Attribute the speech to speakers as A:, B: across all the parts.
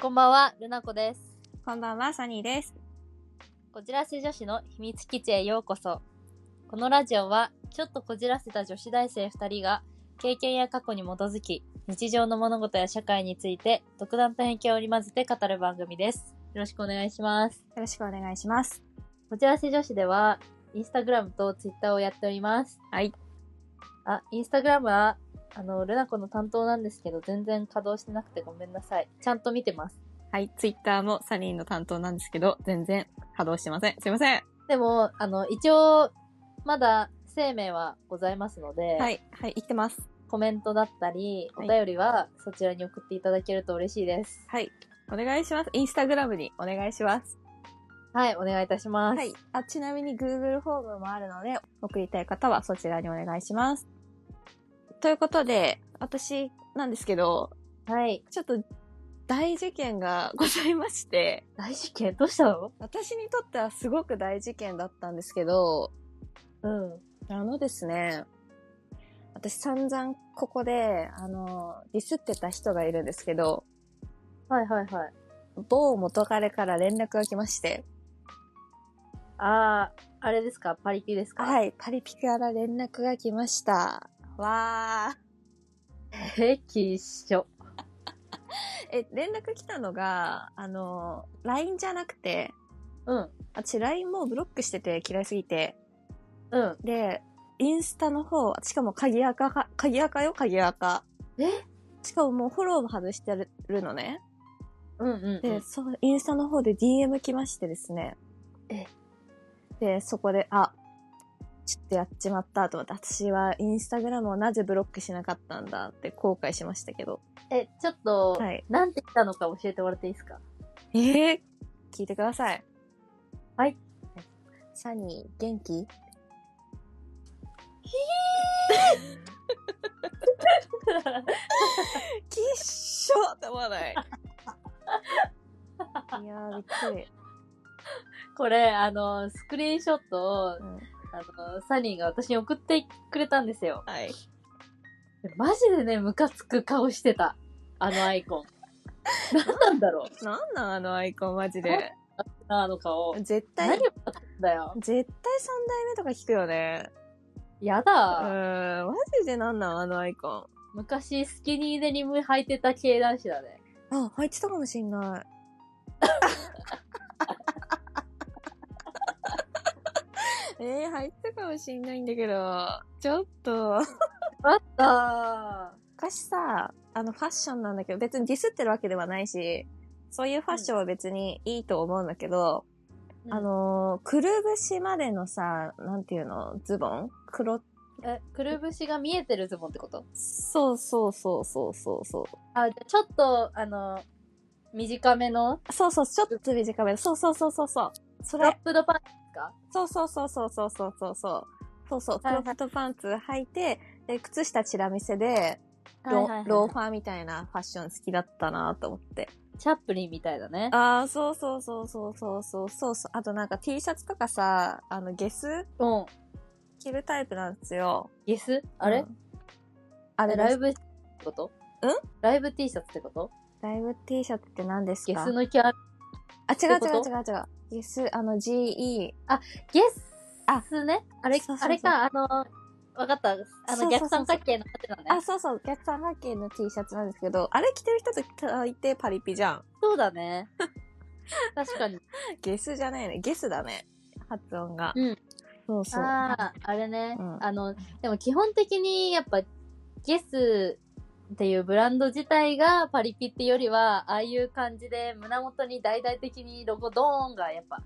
A: こんばんは、ルナコです。
B: こんばんは、サニーです。
A: こじらせ女子の秘密基地へようこそ。このラジオは、ちょっとこじらせた女子大生2人が、経験や過去に基づき、日常の物事や社会について、独断と偏見を織り交ぜて語る番組です。よろしくお願いします。
B: よろしくお願いします。
A: こじらせ女子では、インスタグラムとツイッターをやっております。
B: はい。
A: あ、インスタグラムは、あの、ルナコの担当なんですけど、全然稼働してなくてごめんなさい。ちゃんと見てます。
B: はい、ツイッターもサニーの担当なんですけど、全然稼働してません。すいません。
A: でも、あの、一応、まだ生命はございますので、
B: はい、はい、生きてます。
A: コメントだったり、お
B: はい
A: 便りはそちらに送っていただけると嬉しいです。
B: はい。お願いします。インスタグラムにお願いします。
A: はい、お願いいたします。
B: はい。あ、ちなみに Google フォームもあるので、送りたい方はそちらにお願いします。ということで、私なんですけど、
A: はい。
B: ちょっと大事件がございまして、
A: 大事件どうしたの
B: 私にとってはすごく大事件だったんですけど、
A: うん。
B: あのですね、私散々ここで、あの、ディスってた人がいるんですけど、
A: はいはいはい。
B: 某元彼から連絡が来まして、
A: あー、あれですかパリピですかい。
B: はい、パリピから連絡が来ました。わ
A: え、きっしょ。
B: ー。え、連絡来たのが、あの、LINE じゃなくて、
A: うん。
B: 私 LINE もうブロックしてて嫌いすぎて、
A: うん。
B: で、インスタの方、しかも鍵アカ、鍵アカよ、鍵アカ。
A: え
B: しかももうフォローも外してるのね。
A: うんうん、う
B: で、
A: ん。
B: そう、インスタの方で DM 来ましてですね。
A: え
B: で、そこで、あ、ちょっとやっちまったと思って、私はインスタグラムをなぜブロックしなかったんだって後悔しましたけど。
A: え、ちょっと、
B: はい
A: なんて来たのか教えてもらっていいですか
B: ええ聞いてください。
A: はい。
B: サニー、元気きっしょって思わない。 いやー、びっくり。
A: これ、あの、スクリーンショットを、あ
B: うん
A: の、サニーが私に送ってくれたんですよ。
B: はい。
A: マジでね、ムカつく顔してた。あのアイ コン。何なんだろう
B: なんなんあのアイコン、マジで。
A: あの顔。
B: 絶
A: 何
B: 対、
A: を買ったんだよ。
B: 絶対三代目とか聞くよね。
A: や
B: う
A: だ、
B: ーん、マジでなんなんあのアイコン。
A: 昔スキニーデニム履いてた系男子だね。
B: あ、入ってたかもしんない。 えー、入ってたかもしんないんだけど、ちょっと。
A: あ
B: 昔さ、あのファッションなんだけど、別にディスってるわけではないし、そういうファッションは別にいいと思うんだけど、
A: うん
B: あのー、くるぶしまでのさ、なんていうの、ズボン黒、
A: え、くるぶしが見えてるズボンってこと
B: そうそうそうそうそうそう。
A: あ、じゃあちょっと、あの、短めの
B: そうそう、ちょっと短め。そうそうそうそうそう。そ
A: トラ
B: れ
A: ッ、プドパンツですか
B: そうそうそうそうそうそうそうそう。そうそう、ク
A: はいは
B: ロ
A: い
B: フットパンツ履いて、で、靴下チラ見せで、ロ,、ローファーみたいなファッション好きだったなと思って。
A: チャップリンみたいだね。
B: ああ、そうそうそうそうそうそうそうそう。あとなんか T シャツとかさ、あの、ゲス
A: うん。
B: 着るタイプなんですよ。
A: ゲスあれ、
B: うんあ
A: あ
B: れ、
A: れ
B: ラ
A: ラ
B: イ
A: イ
B: ブ、
A: ブってことん
B: ん
A: ライブ T シャツってこと
B: ライブ T シャツって何です
A: ゲ
B: か
A: スのキャラ
B: あ、違う
A: って
B: 違
A: こ
B: う
A: と
B: 違う違う。ゲス、あの GE。
A: ゲスねあれ
B: そうそうそう
A: あれか、あの、わかった。あ
B: そうそうそ
A: の、
B: う
A: 逆三角形の縦だ
B: あ、
A: ね。
B: そうそう、逆三角形の T シャツなんですけど、あれ着てる人と大抵パリピじゃん。
A: そうだね。 確かに。
B: ゲスじゃないね。ゲスだね。発音が。
A: うん。
B: そうそう。
A: ああ、あれね、
B: うん
A: あの、でも基本的にやっぱ、ゲスっていうブランド自体がパリピってよりは、ああいう感じで胸元に大々的にロゴドーンがやっぱ、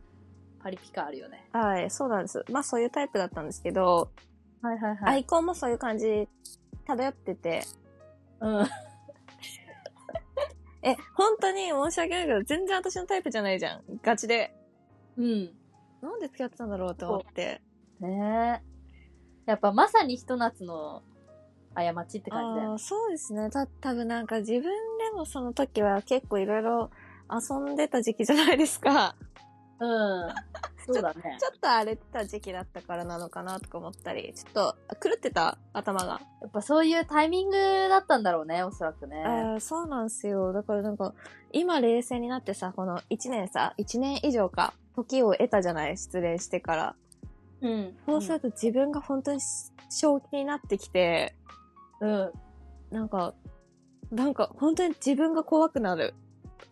A: パリピ感あるよね。
B: はい、そうなんです。まあそういうタイプだったんですけど、
A: はいはい
B: ア。イコンもそういう感じ漂ってて、
A: うん。
B: え、本当に申し訳ないけど、全然私のタイプじゃないじゃん。ガチで。
A: うん。
B: なんで付き合ってたんだろうと思って。
A: ねえ。やっぱまさにひと夏の過ちって
B: あ
A: 感じだよね
B: ーそうですね。た、多分なんか自分でもそ の時は結構いろいろ遊んでた時期じゃないですか。
A: うん。そうだね
B: ち。ょっと荒れてた時期だったからなのかなとか思ったり、ちょっと狂ってた頭が。
A: やっぱそういうタイミングだったんだろうね、おそらくね。
B: あーそうなんすよ。だからなんか、今冷静になってさ、この1年さ、1年以上か、時を得たじゃない失恋してから。
A: うん。
B: そうすると自分が本当にし正気になってきて、
A: うん。
B: なんか、なんか本当に自分が怖くなる。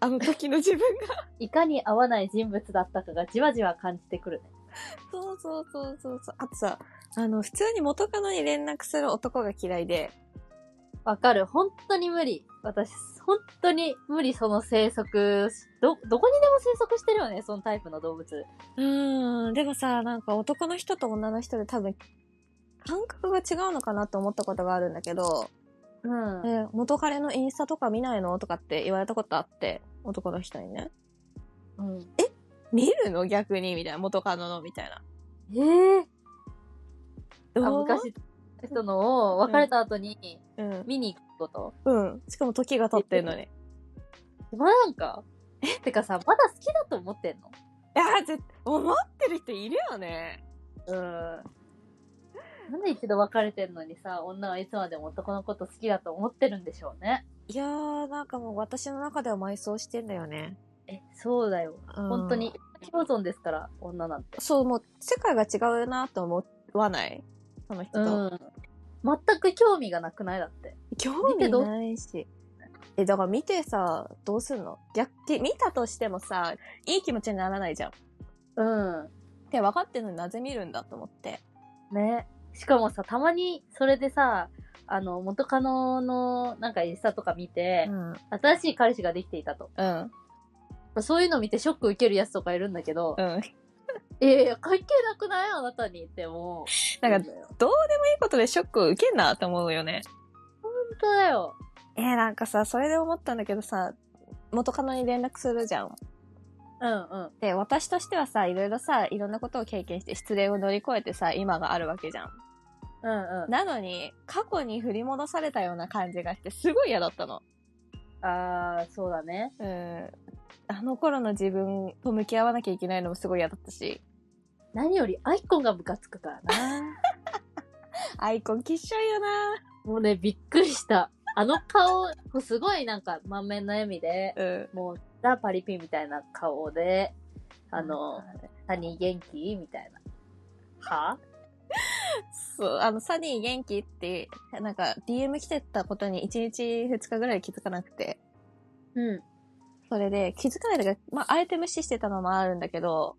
B: あの時の自分が。
A: いかに合わない人物だったかがじわじわ感じてくるね。
B: そうそうそうそうそう。あとさ、あの、普通に元カノに連絡する男が嫌いで、
A: わかる。本当に無理。私、本当に無理、その生息。ど、どこにでも生息してるよね、そのタイプの動物。
B: うーん、でもさ、なんか男の人と女の人で多分、感覚が違うのかなって思ったことがあるんだけど、
A: うん。
B: え元彼のインスタとか見ないのとかって言われたことあって、男の人にね。
A: うん、
B: 見るの逆にみたいな。元カノのみたいな。
A: ええ
B: ど
A: あ、
B: う
A: 昔、人のを別れた後に
B: うん。
A: 見に行くこと。
B: うん。しかも時が経ってんのに。い
A: まあなんか、えてかさ、まだ好きだと思ってんの
B: やー、絶思ってる人いるよね。
A: うん。なんで一度別れてんのにさ、女はいつまでも男のこと好きだと思ってるんでしょうね。
B: いやー、なんかもう私の中では埋葬してんだよね。
A: え、そうだよ。
B: うん
A: 本当に。共存ですから、女なんて。
B: そう、もう世界が違うなと思わないその人と。
A: ん。全く興味がなくないだって。
B: 興
A: 見
B: 味
A: てどう
B: ないし。え、だから見てさ、どうすんの逆に、見たとしてもさ、いい気持ちにならないじゃん。っ
A: うん。
B: て分かってるのになぜ見るんだと思って。
A: ね。しかもさ、たまにそれでさ、あの、元カノのなんかインスタとか見て、
B: ん。
A: 新しい彼氏ができていたと。
B: うん。
A: そういうの見てショック受けるやつとかいるんだけど、
B: うん。
A: い
B: い
A: やいや、関係なくないあなたにってもう。
B: なんか
A: だよ。
B: いことでショックを受けんなと思うよね。
A: 本当だよ。
B: えーなんかさ、それで思ったんだけどさ、元カノに連絡するじゃん。
A: うんうん。
B: で、私としてはさ、いろいろさ、いろんなことを経験して、失恋を乗り越えてさ、今があるわけじゃん。
A: うんう
B: なのに、過去に振り戻されたような感じがして、すごい嫌だったの。
A: ん。あー、そうだね。
B: うんあの頃の自分と向き合わなきゃいけないのもすごい嫌だったし、
A: 何よりアイコンがムカつくからな。
B: アイコンきっしょいよ
A: もうね、びっくりした。あの顔、もうすごいなんか満面の笑みで、
B: なうん。
A: もうザ・パリピみたいな顔で、あの、、何元気みたいな。は
B: そう、あの、サニー元気って、なんか DM 来てたことに1日2日ぐらい気づかなくて、
A: うん。
B: それで気づかないというか、まあ、あえて無視してたのもあるんだけど、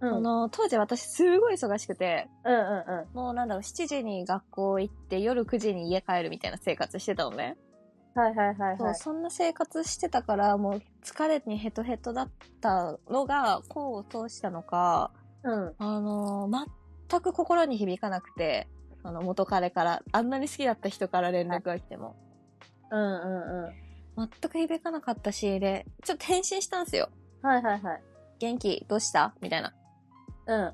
A: う
B: あ
A: ん。
B: の、当時私すごい忙しくて、
A: うんうん
B: もうなんだろう、7時に学校行って夜9時に家帰るみたいな生活してたのね。
A: うん。はいはいはい
B: そ
A: は
B: う、
A: い。
B: そんな生活してたから、もう疲れにヘトヘトだったのが、功を通したのか、
A: うん。
B: あのー全く心に響かなくて、あの、元彼から、あんなに好きだった人から連絡が来ても、
A: うんうんうん。
B: 全く響かなかったし、で、ちょっと返信したんですよ。
A: はいはいはい。
B: 元気どうしたみたいな。
A: うん。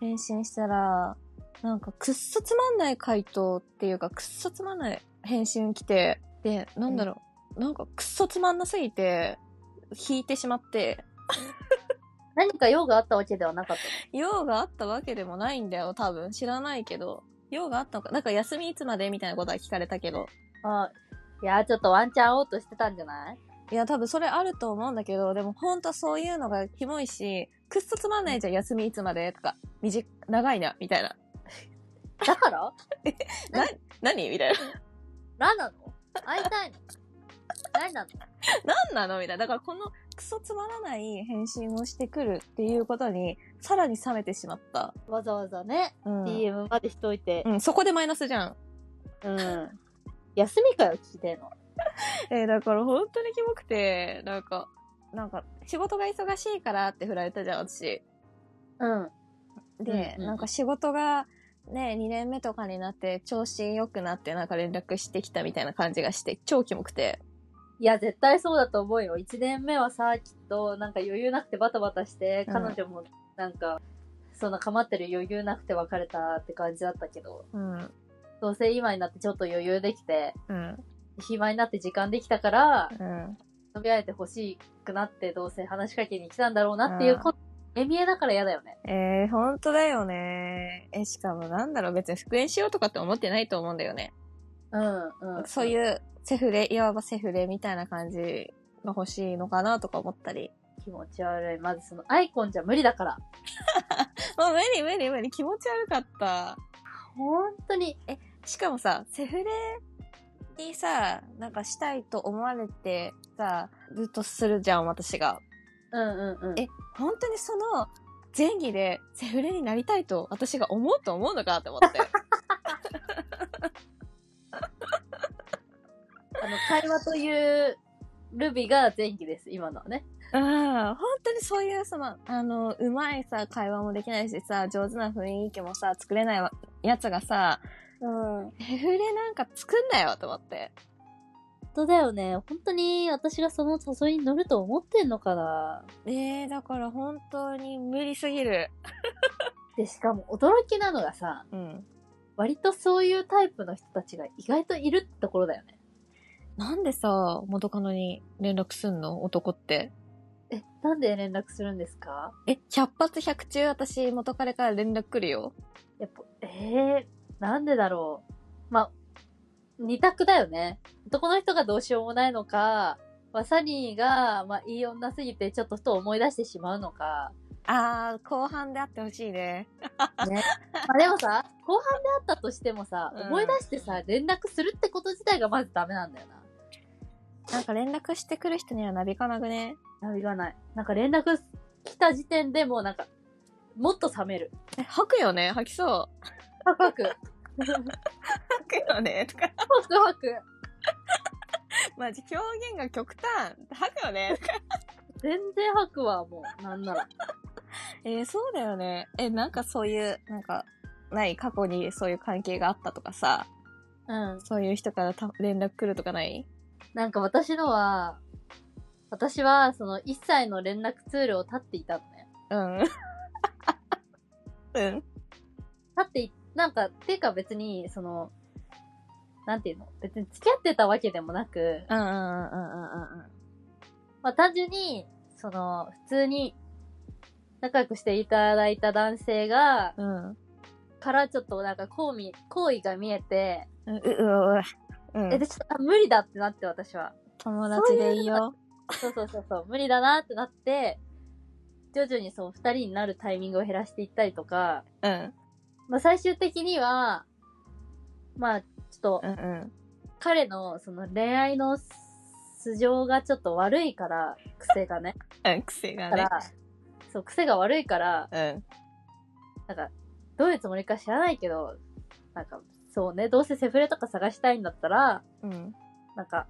B: 返信したら、なんか、くっそつまんない回答っていうか、くっそつまんない返信来て、で、なんだろう、なんか、くっそつまんなすぎて、引いてしまって、
A: 何か用があったわけではなかった
B: 用があったわけでもないんだよ、多分。知らないけど。用があったのか。なんか休みいつまでみたいなことは聞かれたけど。
A: の。あいやー、ちょっとワンチャン会おうとしてたんじゃない
B: いや、多分それあると思うんだけど、でも本当そういうのがキモいし、くっそつまんないじゃん、休みいつまでとか。短、長いな、みたいな。
A: だから
B: 何みたいな。
A: 何なの会いたいの何 なの
B: 何なのみたいな。だからこのくそつまらない返信をしてくるっていうことに、さらに冷めてしまった。
A: わざわざね、
B: うん。
A: DM までしといて
B: う。ん、そこでマイナスじゃん。
A: うん。休みかよ、聞いてんの。
B: えーだから本当にキモくて、なんか、なんか、仕事が忙しいからって振られたじゃん、私。
A: うん。
B: で、
A: うんうん
B: なんか仕事がね、2年目とかになって調子良くなってなんか連絡してきたみたいな感じがして、超キモくて。
A: いや、絶対そうだと思うよ。1年目はさ、きっと、なんか余裕なくてバタバタして、
B: うん
A: 彼女も、なんか、そんな構ってる余裕なくて別れたって感じだったけど、
B: うん。
A: どうせ今になってちょっと余裕できて、
B: うん。
A: 暇になって時間できたから、
B: うん。
A: 伸びられて欲しくなって、どうせ話しかけに来たんだろうなっていうこと目見えだから嫌だよね。
B: えー、ほんとだよね。え、しかもなんだろう、別に復縁しようとかって思ってないと思うんだよね。
A: うん、うん。
B: そう
A: う。
B: いうセフレ、いわばセフレみたいな感じが欲しいのかなとか思ったり。
A: 気持ち悪い。まずそのアイコンじゃ無理だから。
B: もう無理無理無理、気持ち悪かった。
A: 本当に。
B: しかもさ、セフレにさ、なんかしたいと思われてさ、ずっとするじゃん、私が。
A: うんうんうん。
B: え、本当にその前儀でセフレになりたいと私が思うと思うのかって思って。
A: あの、会話というルビが前期です、今のはね。
B: ああ、本当にそういう、その、あの、うまいさ、会話もできないしさ、上手な雰囲気もさ、作れないわやつがさ、
A: うん。
B: セフレなんか作んなよと思って。
A: 本当だよね。本当に私がその誘いに乗ると思ってんのかな。
B: ねえ、だから本当に無理すぎる。
A: で、しかも驚きなのがさ、
B: うん。
A: 割とそういうタイプの人たちが意外といるってところだよね。
B: なんでさ、元カノに連絡すんの男って。
A: え、なんで連絡するんですか
B: え、100発100中私元彼から連絡来るよ。
A: やっぱ、えー、なんでだろう。まあ、二択だよね。男の人がどうしようもないのか、まあ、サニーが、まあ、いい女すぎてちょっとふと思い出してしまうのか。
B: あー、後半であってほしいね。
A: ね。 まあでもさ、後半であったとしてもさ、
B: うん
A: 思い出してさ、連絡するってこと自体がまずダメなんだよな。
B: なんか連絡してくる人にはなびかなくね。
A: ナビがない。なんか連絡来た時点でもうなんか、もっと冷める。
B: え、吐くよね吐きそう。
A: ワクワク。
B: 吐くよねとか。
A: ワクワク。
B: マジ表現が極端。吐くよね。
A: 全然吐くわ、もう。なんなら。
B: えーそうだよね。え、なんかそういう、なんか、ない過去にそういう関係があったとかさ、
A: うん。
B: そういう人からた連絡来るとかない
A: なんか私のは、私はその一切の連絡ツールを立っていたのね。
B: うん。うん。
A: 立ってい、なんか、ていうか別に、その、なんていうの別に付き合ってたわけでもなく、
B: うんうんうんうんうんうん。
A: まあ単純に、その、普通に仲良くしていただいた男性が、
B: うん。
A: からちょっとなんか好み、好意が見えて、
B: う、う、う、う
A: え、で、ちょっとあ無理だってなって私は。
B: 友達でいいよ。
A: そうそうそうそう、無理だなってなって、徐々にそう二人になるタイミングを減らしていったりとか、
B: うん。うん
A: まあ最終的には、まあちょっと
B: うん。
A: 彼のその恋愛の素性がちょっと悪いから、癖がね。
B: うん、癖が
A: か
B: ね
A: ら。、そう、癖が悪いから、
B: うん。
A: なんか、どういうつもりか知らないけど、なんか、そうね、どうせセフレとか探したいんだったら、
B: うん。
A: なんか、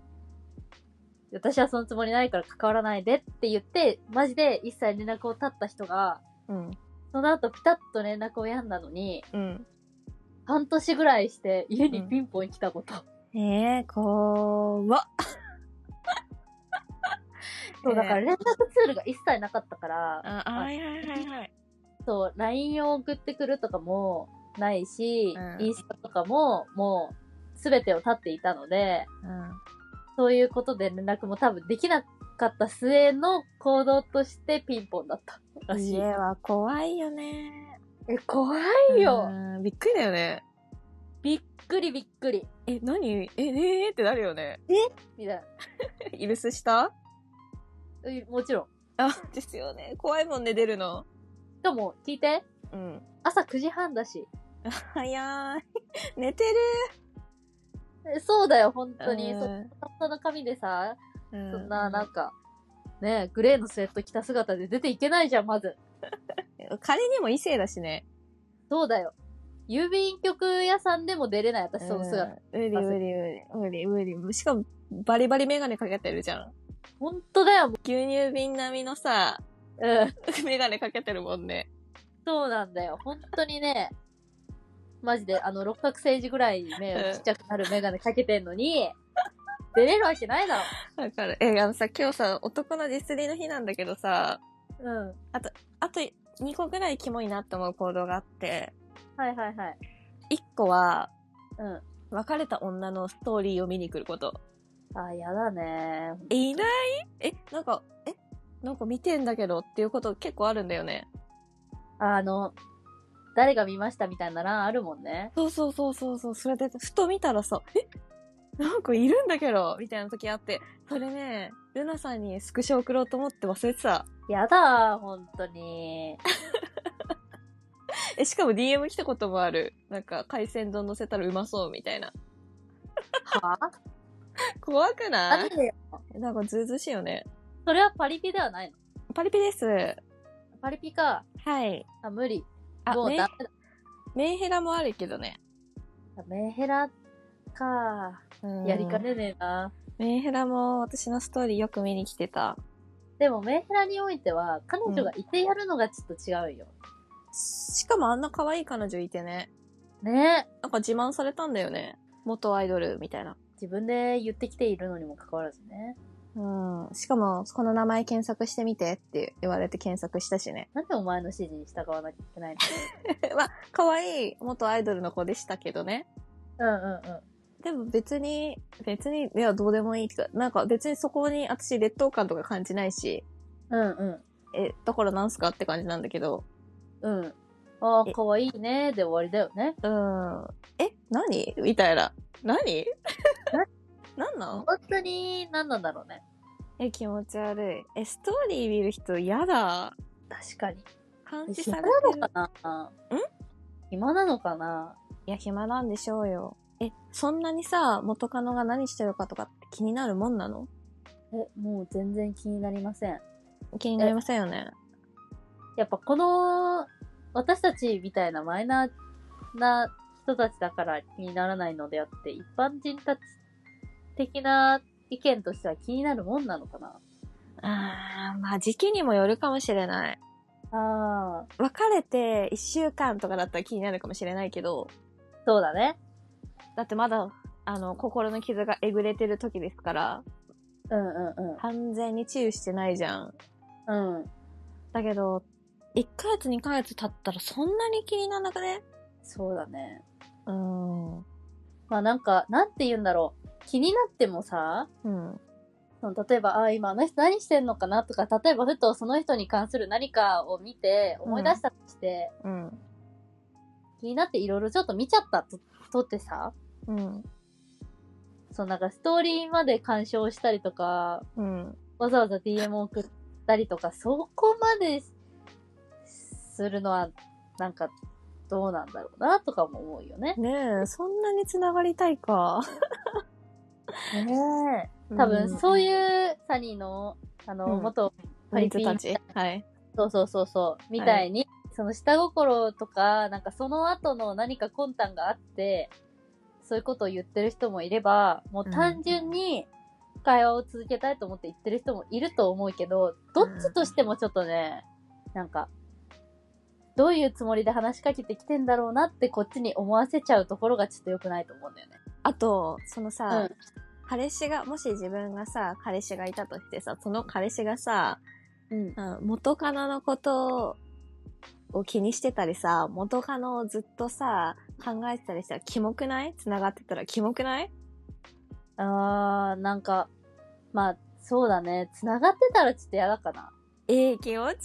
A: 私はそのつもりないから関わらないでって言って、マジで一切連絡を絶った人が、
B: うん。
A: その後ピタッと連絡を病んだのに、
B: うん。
A: 半年ぐらいして家にピンポン来たこと。
B: えー、こーわ。
A: そう、だから連絡ツールが一切なかったから、
B: あ、あはいはいはいはい。
A: そう、LINE を送ってくるとかもないし、
B: うん
A: インスタとかも、もう、すべてを立っていたので、
B: うん。
A: そういうことで連絡も多分できなかった末の行動としてピンポンだったらしい
B: 家。は怖いよね。
A: え、怖いよ。
B: うんびっくりだよね。
A: びっくりびっくり。
B: え、何え、ねえってなるよね。
A: みたい
B: イルスした
A: なえ。もちろん。
B: あ、ですよね。怖いもんね、出るの。
A: しかも、聞いて。
B: うん。
A: 朝9時半だし。
B: 早い。寝てる。
A: えそうだよ、本当に。
B: うん
A: そその髪でさ、
B: うん
A: そんな、なんか、ねグレーのスウェット着た姿で出ていけないじゃん、まず。
B: 仮にも異性だしね。
A: そうだよ。郵便局屋さんでも出れない、私、その姿。
B: うん。無理無理無理無理無理。しかも、バリバリメガネかけてるじゃん。
A: 本当だよ、も
B: 牛乳瓶並みのさ、
A: う。うん。
B: メガネかけてるもんね。
A: そうなんだよ。本当にね、マジで、あの、六角星児ぐらい目
B: うん
A: ちっちゃくなるメガネかけてんのに、 出れるわけないだ
B: だから、え、あのさ、今日さ、男の実利の日なんだけどさ、
A: ろ。うん。
B: あと2個ぐらいキモいなって思う行動があって、
A: はいはいはい。
B: 1個は、
A: うん。
B: 別れた女のストーリーを見に来ること。
A: あー、やだね。
B: いないえ、なんか、え、なんか見てんだけどっていうこと結構あるんだよね。
A: あの、誰が見ましたみたいな欄あるもんね。
B: そうそうそうそうそう、それで、ふと見たらさ、えなんかいるんだけどみたいな時あって、それね、ルナさんにスクショ送ろうと思って忘れてた。
A: やだー、本当に。
B: え、しかも DM 来たこともある。なんか、海鮮丼乗せたらうまそうみたいな。
A: はぁ
B: 怖くな
A: なん
B: い
A: でよ
B: なんかずうずうしいよね。
A: それはパリピではないの。
B: パリピです。
A: パリピか。
B: はい。
A: あ、無理。
B: あ、
A: もう
B: メン
A: ダメだ。
B: メンヘラもあるけどね。
A: メンヘラか。
B: うん
A: やりかねねえな。
B: メンヘラも私のストーリーよく見に来てた。
A: でもメンヘラにおいては、彼女がいてやるのがちょっと違うよ。
B: しかもあんな可愛い彼女いてね。
A: ね
B: なんか自慢されたんだよね。元アイドルみたいな。
A: 自分で言ってきているのにもかかわらずね。
B: うん。しかも、この名前検索してみてって言われて検索したしね。
A: なんでお前の指示に従わなきゃいけない
B: まあ、可愛い元アイドルの子でしたけどね。
A: のうんうんうん。
B: でも別に、別に、いや、どうでもいいってか、なんか別にそこに私劣等感とか感じないし、
A: うんうん。
B: え、だからなんすかって感じなんだけど、
A: うん。ああ、
B: え
A: かわいいね。で終わりだよね。
B: うん、え、何みたいな。何何 なん
A: 本当に、何なんだろうね。
B: え、気持ち悪い。え、ストーリー見る人嫌だ。
A: 確かに。
B: 監視さ
A: 暇な
B: れ
A: の
B: てる
A: か。な暇なのかない
B: や、暇なんでしょうよ。え、そんなにさ、元カノが何してるかとかって気になるもんなの
A: え、もう全然気になりません。
B: 気になりませんよね。
A: やっぱこの、私たちみたいなマイナーな人たちだから気にならないのであって、一般人たち的な意見としては気になるもんなのかな
B: あー、まあ時期にもよるかもしれない。
A: ああ、
B: 別れて1週間とかだったら気になるかもしれないけど、
A: そうだね。
B: だってまだ、あの、心の傷がえぐれてる時ですから、
A: うんうん
B: 完全に治癒してないじゃん。
A: うん。うん。
B: だけど、1ヶ月2ヶ月経ったらそんなに気にならなくね
A: そうだね。
B: うーん。う
A: まあなんか、なんて言うんだろう。気になってもさ、
B: ん。
A: その例えば、ああ、今あの人何してんのかなとか、例えばふとその人に関する何かを見て思い出したとして、
B: うん。
A: 気になっていろいろちょっと見ちゃったととってさ、
B: うん。
A: そのなんかストーリーまで鑑賞したりとか、
B: うん。
A: わざわざ DM を送ったりとか、そこまでするのは、なんか、どうなんだろうな、とかも思うよね。
B: ねえ、そんなに繋がりたいか。
A: ね多分、そういうサニーの、あの、
B: うん
A: 元、
B: パリピた
A: パリ
B: ち。はい。
A: そうそうそうそう、みたいに、その下心とか、なんかその後の何か魂胆があって、そういうことを言ってる人もいれば、もう単純に会話を続けたいと思って言ってる人もいると思うけど、どっちとしてもちょっとね、なんか、どういうつもりで話しかけてきてんだろうなってこっちに思わせちゃうところがちょっと良くないと思うんだよね。
B: あと、そのさ、
A: うん
B: 彼氏が、もし自分がさ、彼氏がいたとしてさ、その彼氏がさ、
A: うん。
B: うん元カノのことを気にしてたりさ、元カノをずっとさ、考えてたりしたらキモくない繋がってたらキモくない
A: あー、なんか、まあ、そうだね。繋がってたらちょっと嫌だかな。
B: ええ気持ち悪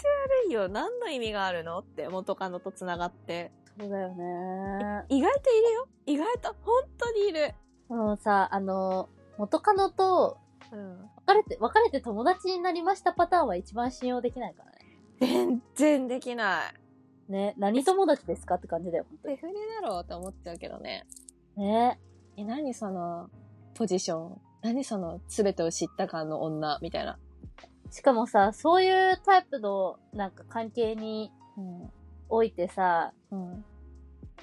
B: いよ。何の意味があるのって、元カノと繋がって。
A: そうだよね。
B: 意外といるよ。意外と、本当にいる。
A: あのさ、あの、元カノと
B: うん。
A: 別れて、別れて友達になりましたパターンは一番信用できないからね。
B: 全然できない。
A: ね、何友達ですかって感じだよ、本当
B: 手振りだろうって思っちゃうけどね。
A: に。ね。
B: え、何その、ポジション。何その、すべてを知った感の女、みたいな。
A: しかもさ、そういうタイプの、なんか関係に
B: うん。
A: おいてさ、
B: うん。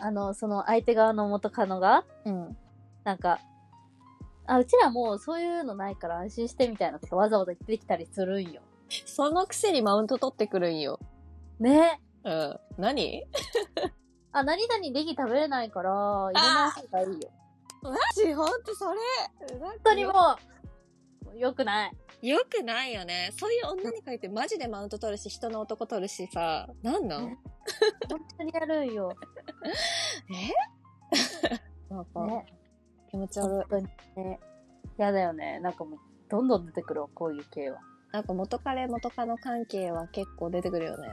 A: あの、その相手側の元カノが、
B: うん。
A: なんか、あ、うちらもうそういうのないから安心してみたいなことわざわざ言ってきたりするんよ。
B: そのくせにマウント取ってくるんよ。
A: ね。
B: うん。何
A: あ、何々ネギ食べれないから、入れ直せばいいよ。
B: マジほんとそれ本
A: 本当にもう、良くない。
B: よくないよね。そういう女に限ってマジでマウント取るし、人の男取るしさ、なんな
A: ね本当にやるんよ。
B: なんか、
A: ね。
B: 気持ち悪い
A: 本。当にね。嫌だよね。なんかもう、どんどん出てくるわ、こういう系は。
B: なんか元彼元カノ関係は結構出てくるよね。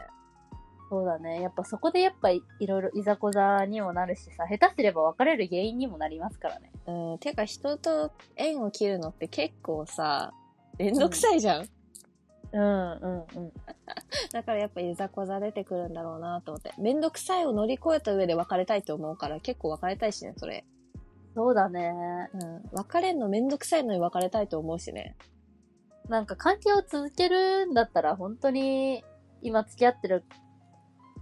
A: そうだね。やっぱそこでやっぱいいろいろいざこざにもなるしさ、下手すれば別れる原因にもなりますからね。
B: うん、てか人と縁を切るのって結構さ、めんどくさいじゃん。
A: うんうんうん。
B: だからやっぱいざこざ出てくるんだろうなと思って。めんどくさいを乗り越えた上で別れたいと思うから結構別れたいしね、それ。
A: そうだね。
B: うん。別れんのめんどくさいのに別れたいと思うしね。
A: なんか関係を続けるんだったら、本当に今付き合ってる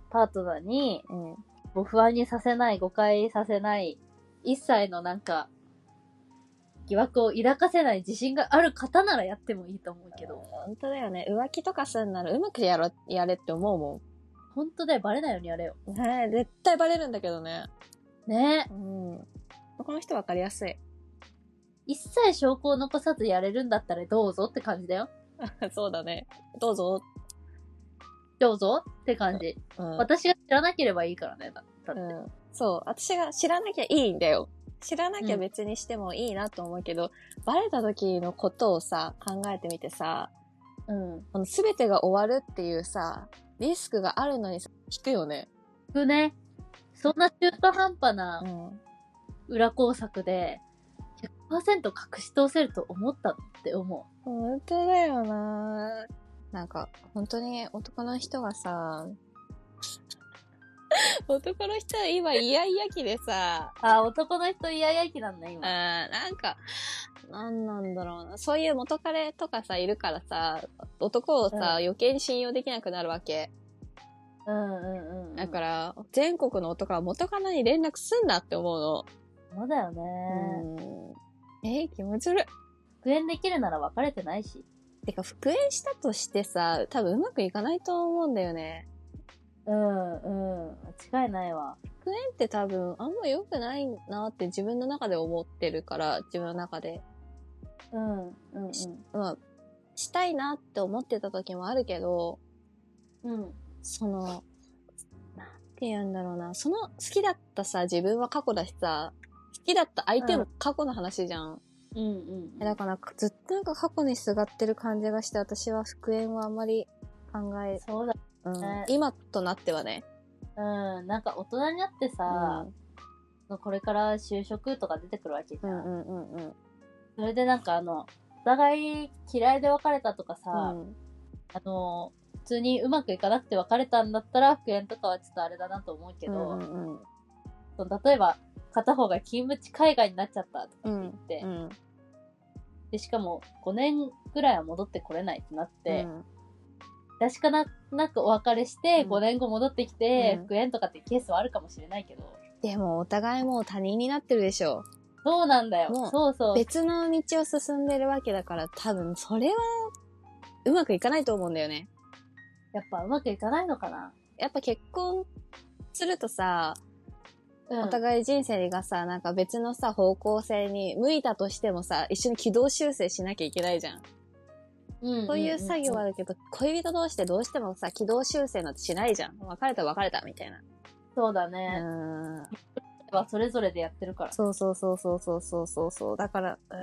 A: パートナーに、
B: うん。
A: もう不安にさせない、誤解させない、一切のなんか、疑惑を抱かせない自信がある方ならやってもいいと思うけど、
B: 本当だよね。浮気とかすんならうまくやろ、やれって思うも
A: 本当だよ、バレないようにやれよ。
B: ん。ねえ絶対バレるんだけどね。
A: ねえ
B: うん。この人わかりやすい。
A: 一切証拠を残さずやれるんだったらどうぞって感じだよ。
B: そうだね。どうぞ。
A: どうぞって感じ。
B: うん。
A: 私が知らなければいいからね。だだって。
B: うん。そう。私が知らなきゃいいんだよ。知らなきゃ
A: うん
B: 別にしてもいいなと思うけど、バレた時のことをさ、考えてみてさ、
A: うん。
B: この全てが終わるっていうさ、リスクがあるのにさ、引くよね。
A: くね。そんな中途半端な
B: うん。
A: 裏工作で、100%隠し通せると思ったって思
B: 本当だよななんか、本当に男の人がさ、 男の人は今、イヤイヤ期でさ、
A: う。あ、男の人嫌々気なんだ、
B: うん
A: 今。
B: なんか、なんなんだろうな。そういう元彼とかさ、いるからさ、男をさ、
A: うん
B: 余計に信用できなくなるわけ。
A: うんうんうん。。
B: だからら、全国の男は元彼に連絡すんなって思うの。
A: そうだよね。
B: うんえー気持ち悪い。
A: 復縁できるなら別れてないし。
B: てか、復縁したとしてさ、多分うまくいかないと思うんだよね。
A: うんうん。間違いないわ。
B: 復縁って多分あんま良くないなって自分の中で思ってるから、自分の中で。
A: うんうんうん。
B: まあ、したいなって思ってた時もあるけど、
A: うん。
B: その、なんて言うんだろうな。その好きだったさ、自分は過去だしさ、好きだった相手も過去の話じゃん。
A: うんうん。
B: だからなんかずっとなんか過去にすがってる感じがして、私は復縁はあんまり考え、
A: そうだ。
B: うん
A: ね
B: 今となってはね。
A: うん。なんか大人になってさ、これから就職とか出てくるわけじ
B: う
A: ゃん。
B: んうんうんうん
A: それでなんかあの、お互い嫌いで別れたとかさ、
B: うん。
A: あの、普通にうまくいかなくて別れたんだったら復縁とかはちょっとあれだなと思うけど、
B: うんうん
A: その例えば片方が勤務地海外になっちゃったとかって言って、
B: うん。
A: で、しかも5年ぐらいは戻ってこれないってなって、
B: うん
A: 出しかななくお別れして、
B: うん
A: 5年後戻ってきて、
B: うん
A: 復縁とかっていうケースはあるかもしれないけど、
B: でもお互いもう他人になってるでしょ。
A: そうなんだよ
B: も。う
A: そうそう。
B: 別の道を進んでるわけだから多分それはうまくいかないと思うんだよね。
A: やっぱうまくいかないのかな。
B: やっぱ結婚するとさ、
A: うん
B: お互い人生がさ、なんか別のさ、方向性に向いたとしてもさ、一緒に軌道修正しなきゃいけないじゃん。
A: うん
B: そういう作業はあるけど、恋人同士でどうしてもさ、軌道修正なんてしないじゃん。別れた別れたみたいな。
A: そうだ
B: う
A: ね。
B: ーん。
A: はそれぞれでやってるから。
B: そうそうそうそうそうそうそうそう。だから、うーん。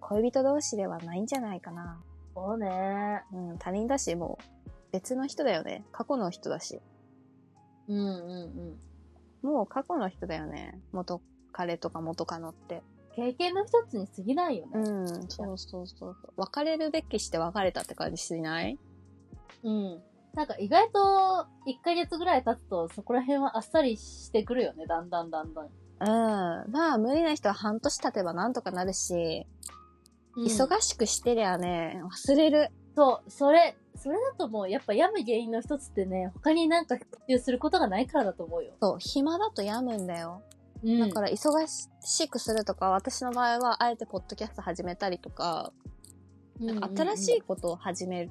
B: 恋人同士ではないんじゃないかな。
A: そうね。
B: うん、他人だし、もう別の人だよね。過去の人だし。
A: うんうんうん。
B: もう過去の人だよね。元彼とか元カノって。
A: 経験の一つに過ぎないよね。
B: ん、そうそうそう。別れるべきして別れたって感じしない
A: うん。なんか意外と1ヶ月ぐらい経つとそこら辺はあっさりしてくるよね、だんだんだんだん。
B: うん。まあ、無理な人は半年経てばなんとかなるし、忙しくしてりゃね、忘れる。
A: そう、それ、それだともうやっぱ病む原因の一つってね、他になんか復旧することがないからだと思うよ。
B: そう、暇だと病むんだよ。
A: うん
B: だから、忙しくするとか、私の場合は、あえてポッドキャスト始めたりとか、なんか新しいことを始め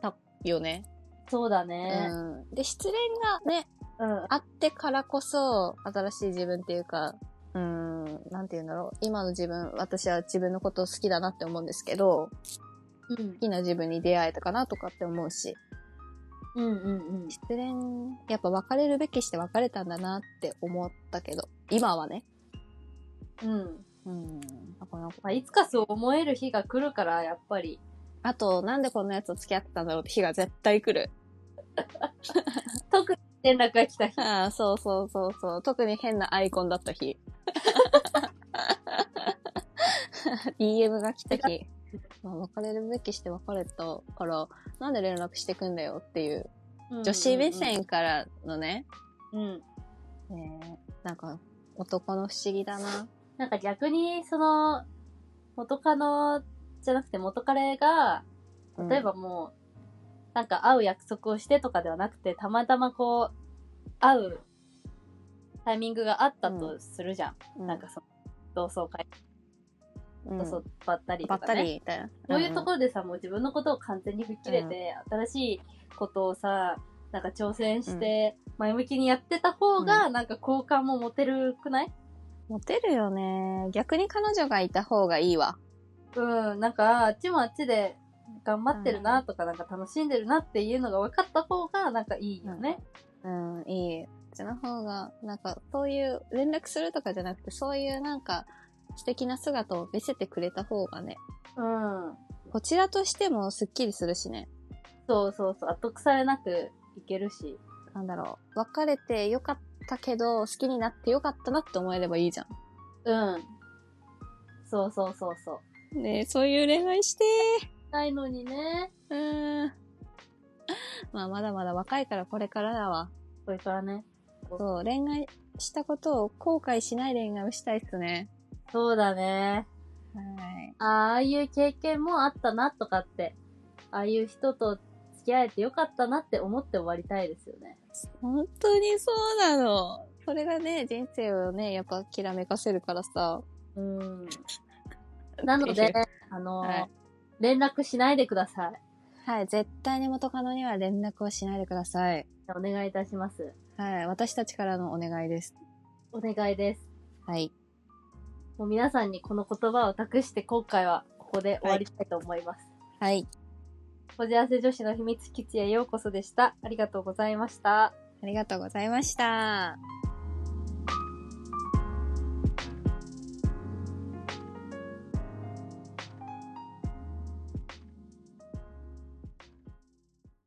B: たよね。
A: そうだね。
B: うん。で、失恋がね、
A: うん。
B: あってからこそ、新しい自分っていうか、うーん、なんて言うんだろう。今の自分、私は自分のことを好きだなって思うんですけど、
A: うん
B: 好。きな自分に出会えたかなとかって思うし、
A: うんうんうん。
B: 失恋、やっぱ別れるべきして別れたんだなって思ったけど、今はね。
A: うん。
B: うん。なかなか
A: まあ、いつかそう思える日が来るから、やっぱり、
B: あと、なんでこんなやつと付き合ってたんだろうって日が絶対来る。
A: 特に連絡が来た日。
B: ああ、そうそうそうそう。特に変なアイコンだった日。DM が来た日。まあ、別れるべきして別れたから、なんで連絡してくんだよっていう、女子目線からのね、
A: うんうんうん。うん。
B: ねえなんか、男の不思議だな。
A: なんか逆に、その、元カノじゃなくて元彼が、
B: うん
A: 例えばもう、なんか会う約束をしてとかではなくて、たまたまこう、会うタイミングがあったとするじゃん。
B: う
A: なんか、その、同窓会
B: うん
A: とそう、ばったりと
B: ば
A: か、
B: っ
A: ね。
B: たりみたいな。
A: そういうところでさ、もう自分のことを完全に吹っ切れて、新しいことをさ、なんか挑戦して、前向きにやってた方が、なんか好感も持てるくない
B: モテるよね。逆に彼女がいた方がいいわ。
A: うん、なんか、あっちもあっちで頑張ってるなとか、なんか楽しんでるなっていうのが分かった方が、なんかいいよね。
B: うん、いい。こっちの方が、なんか、そういう、連絡するとかじゃなくて、そういうなんか、素敵な姿を見せてくれた方がね、
A: うん。
B: こちらとしてもスッキリするしね。
A: そうそうそう、後腐れなくいけるし。
B: なんだろう。別れてよかったけど、好きになってよかったなって思えればいいじゃ
A: うん。そうそうそうそう。
B: ん。ねえそういう恋愛して
A: ないのにね。
B: うーん。 まあ、まだまだ若いからこれからだわ。
A: これからね。
B: そう、恋愛したことを後悔しない恋愛をしたいっすね。
A: そうだね。
B: はい。
A: ああいう経験もあったなとかって、ああいう人と付き合えてよかったなって思って終わりたいですよね。
B: 本当にそうなの。それがね、人生をね、やっぱきらめかせるからさ。
A: うん。なので
B: ぜひ、
A: あのー
B: はい
A: 連絡しないでください。
B: はい、絶対に元カノには連絡をしないでください。
A: お願いいたします。
B: はい、私たちからのお願いです。
A: お願いです。
B: はい。
A: もう皆さんにこの言葉を託して今回はここで終わりたいと思います。
B: はい。
A: こじらせ女子の秘密基地へようこそでした。ありがとうございました。
B: ありがとうございました。